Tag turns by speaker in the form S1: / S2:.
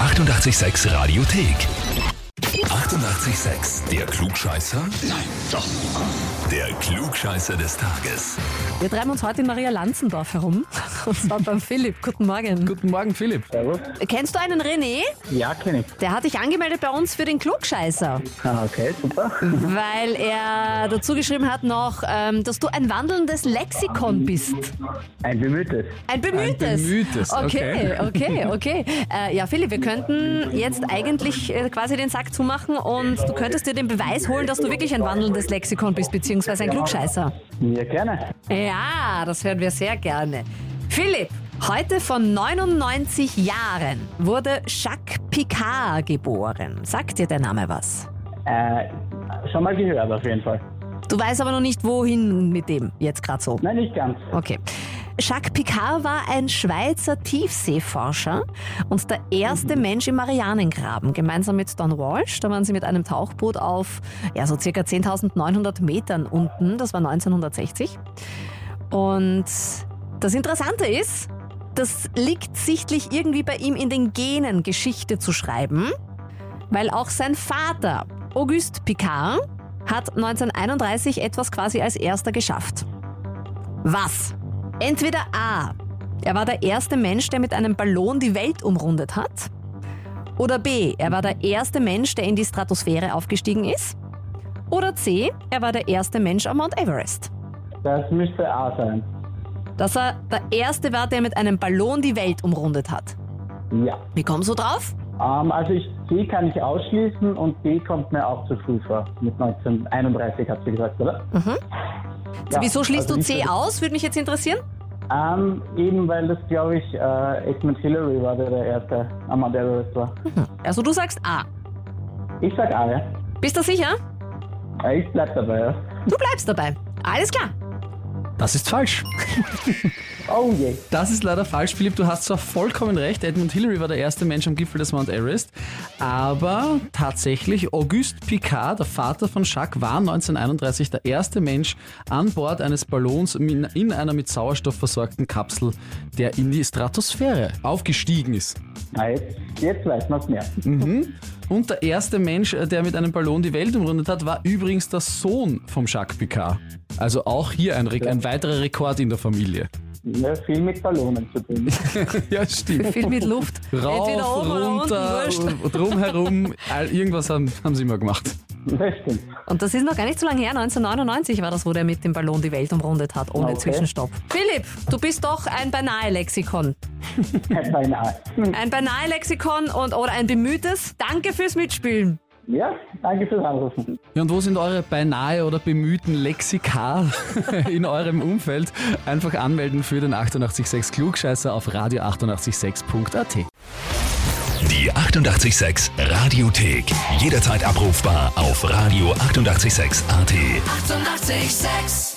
S1: 886 Radiothek. 88,6. Der Klugscheißer? Nein, doch. Der Klugscheißer des Tages.
S2: Wir treiben uns heute in Maria Lanzendorf herum. Und zwar beim Philipp. Guten Morgen.
S3: Guten Morgen, Philipp.
S4: Servus.
S2: Kennst du einen René?
S4: Ja, kenne ich.
S2: Der hat dich angemeldet bei uns für den Klugscheißer,
S4: Ah, okay, super.
S2: weil er dazu geschrieben hat noch, ähm, dass du ein wandelndes Lexikon bist.
S4: Ein bemühtes.
S2: Ein bemühtes.
S3: bemühtes,
S2: Okay, okay, okay. Äh, ja, Philipp, wir könnten jetzt eigentlich äh, quasi den Sack zumachen und du könntest dir den Beweis holen, dass du wirklich ein wandelndes Lexikon bist, beziehungsweise ein Klugscheißer.
S4: Ja, gerne.
S2: Ja, das hören wir sehr gerne. Philipp, heute von 99 Jahren wurde Jacques Picard geboren. Sagt dir der Name was?
S4: Äh, schon mal gehört auf jeden Fall.
S2: Du weißt aber noch nicht, wohin mit dem jetzt gerade so.
S4: Nein, nicht ganz.
S2: Okay. Jacques Picard war ein Schweizer Tiefseeforscher und der erste Mensch im Marianengraben. Gemeinsam mit Don Walsh, da waren sie mit einem Tauchboot auf ja, so circa 10.900 Metern unten, das war 1960. Und das Interessante ist, das liegt sichtlich irgendwie bei ihm in den Genen, Geschichte zu schreiben, weil auch sein Vater, Auguste Picard, hat 1931 etwas quasi als erster geschafft. Was? Entweder A. Er war der erste Mensch, der mit einem Ballon die Welt umrundet hat. Oder B. Er war der erste Mensch, der in die Stratosphäre aufgestiegen ist. Oder C. Er war der erste Mensch am Mount Everest.
S4: Das müsste A sein.
S2: Dass er der erste war, der mit einem Ballon die Welt umrundet hat.
S4: Ja.
S2: Wie kommst du drauf?
S4: Ähm, also ich, C kann ich ausschließen und B kommt mir auch zu früh vor. Mit 1931 hast du gesagt, oder?
S2: Mhm.
S4: Ja,
S2: Wieso schließt
S4: also
S2: du
S4: ich
S2: C
S4: würde-
S2: aus? Würde mich jetzt interessieren.
S4: Ähm, eben weil das, glaube ich, äh, Edmund Hillary war, der der erste am Mount Everest war.
S2: Also du sagst A.
S4: Ich sag A, ja.
S2: Bist du sicher?
S4: Äh, Ich bleib dabei, ja.
S2: Du bleibst dabei. Alles klar.
S3: Das ist falsch.
S4: Oh je.
S3: Das ist leider falsch, Philipp. Du hast zwar vollkommen recht, Edmund Hillary war der erste Mensch am Gipfel des Mount Everest, aber tatsächlich Auguste Picard, der Vater von Jacques, war 1931 der erste Mensch an Bord eines Ballons in in einer mit Sauerstoff versorgten Kapsel, der in die Stratosphäre aufgestiegen ist.
S4: Na, jetzt, jetzt weiß man's mehr.
S3: Und der erste Mensch, äh, der mit einem Ballon die Welt umrundet hat, war übrigens der Sohn vom Jacques Picard. Also auch hier ein, Re- ein weiterer Rekord in der Familie.
S4: Ja, viel mit Ballonen zu tun.
S3: ja, stimmt.
S2: Viel mit Luft.
S3: Rauf,
S2: Entweder oben oder
S3: runter,
S2: unten. Wurscht.
S3: drumherum, all- irgendwas haben, haben sie immer gemacht.
S4: Das stimmt.
S2: Und das ist noch gar nicht so lange her, 1999 war das, wo der mit dem Ballon die Welt umrundet hat, ohne
S4: Okay.
S2: Zwischenstopp. Philipp, du bist doch ein beinahe Lexikon.
S4: Beinahe.
S2: Ein beinahe Lexikon und oder ein bemühtes. Danke fürs Mitspielen.
S4: Ja, danke fürs Anrufen.
S3: Ja, und wo sind eure beinahe oder bemühten Lexika in eurem Umfeld? Einfach anmelden für den 886 Klugscheißer auf radio886.at.
S1: Die 88,6 Radiothek. Jederzeit abrufbar auf radio886.at. 88,6.
S5: Eighty-eight, sex.